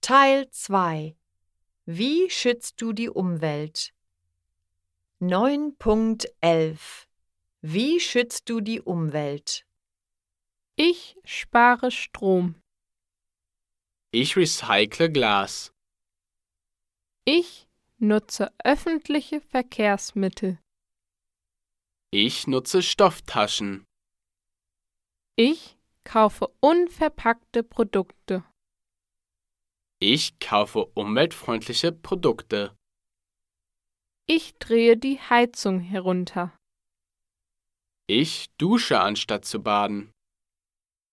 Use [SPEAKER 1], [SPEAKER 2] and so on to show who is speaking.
[SPEAKER 1] Teil 2 Wie schützt du die Umwelt? 9.11 Wie schützt du die Umwelt?
[SPEAKER 2] Ich spare Strom.
[SPEAKER 3] Ich recycle Glas.
[SPEAKER 2] Ich nutze öffentliche Verkehrsmittel.
[SPEAKER 3] Ich nutze Stofftaschen.
[SPEAKER 2] Ich kaufe unverpackte Produkte.
[SPEAKER 3] Ich kaufe umweltfreundliche Produkte.
[SPEAKER 2] Ich drehe die Heizung herunter.
[SPEAKER 3] Ich dusche anstatt zu baden.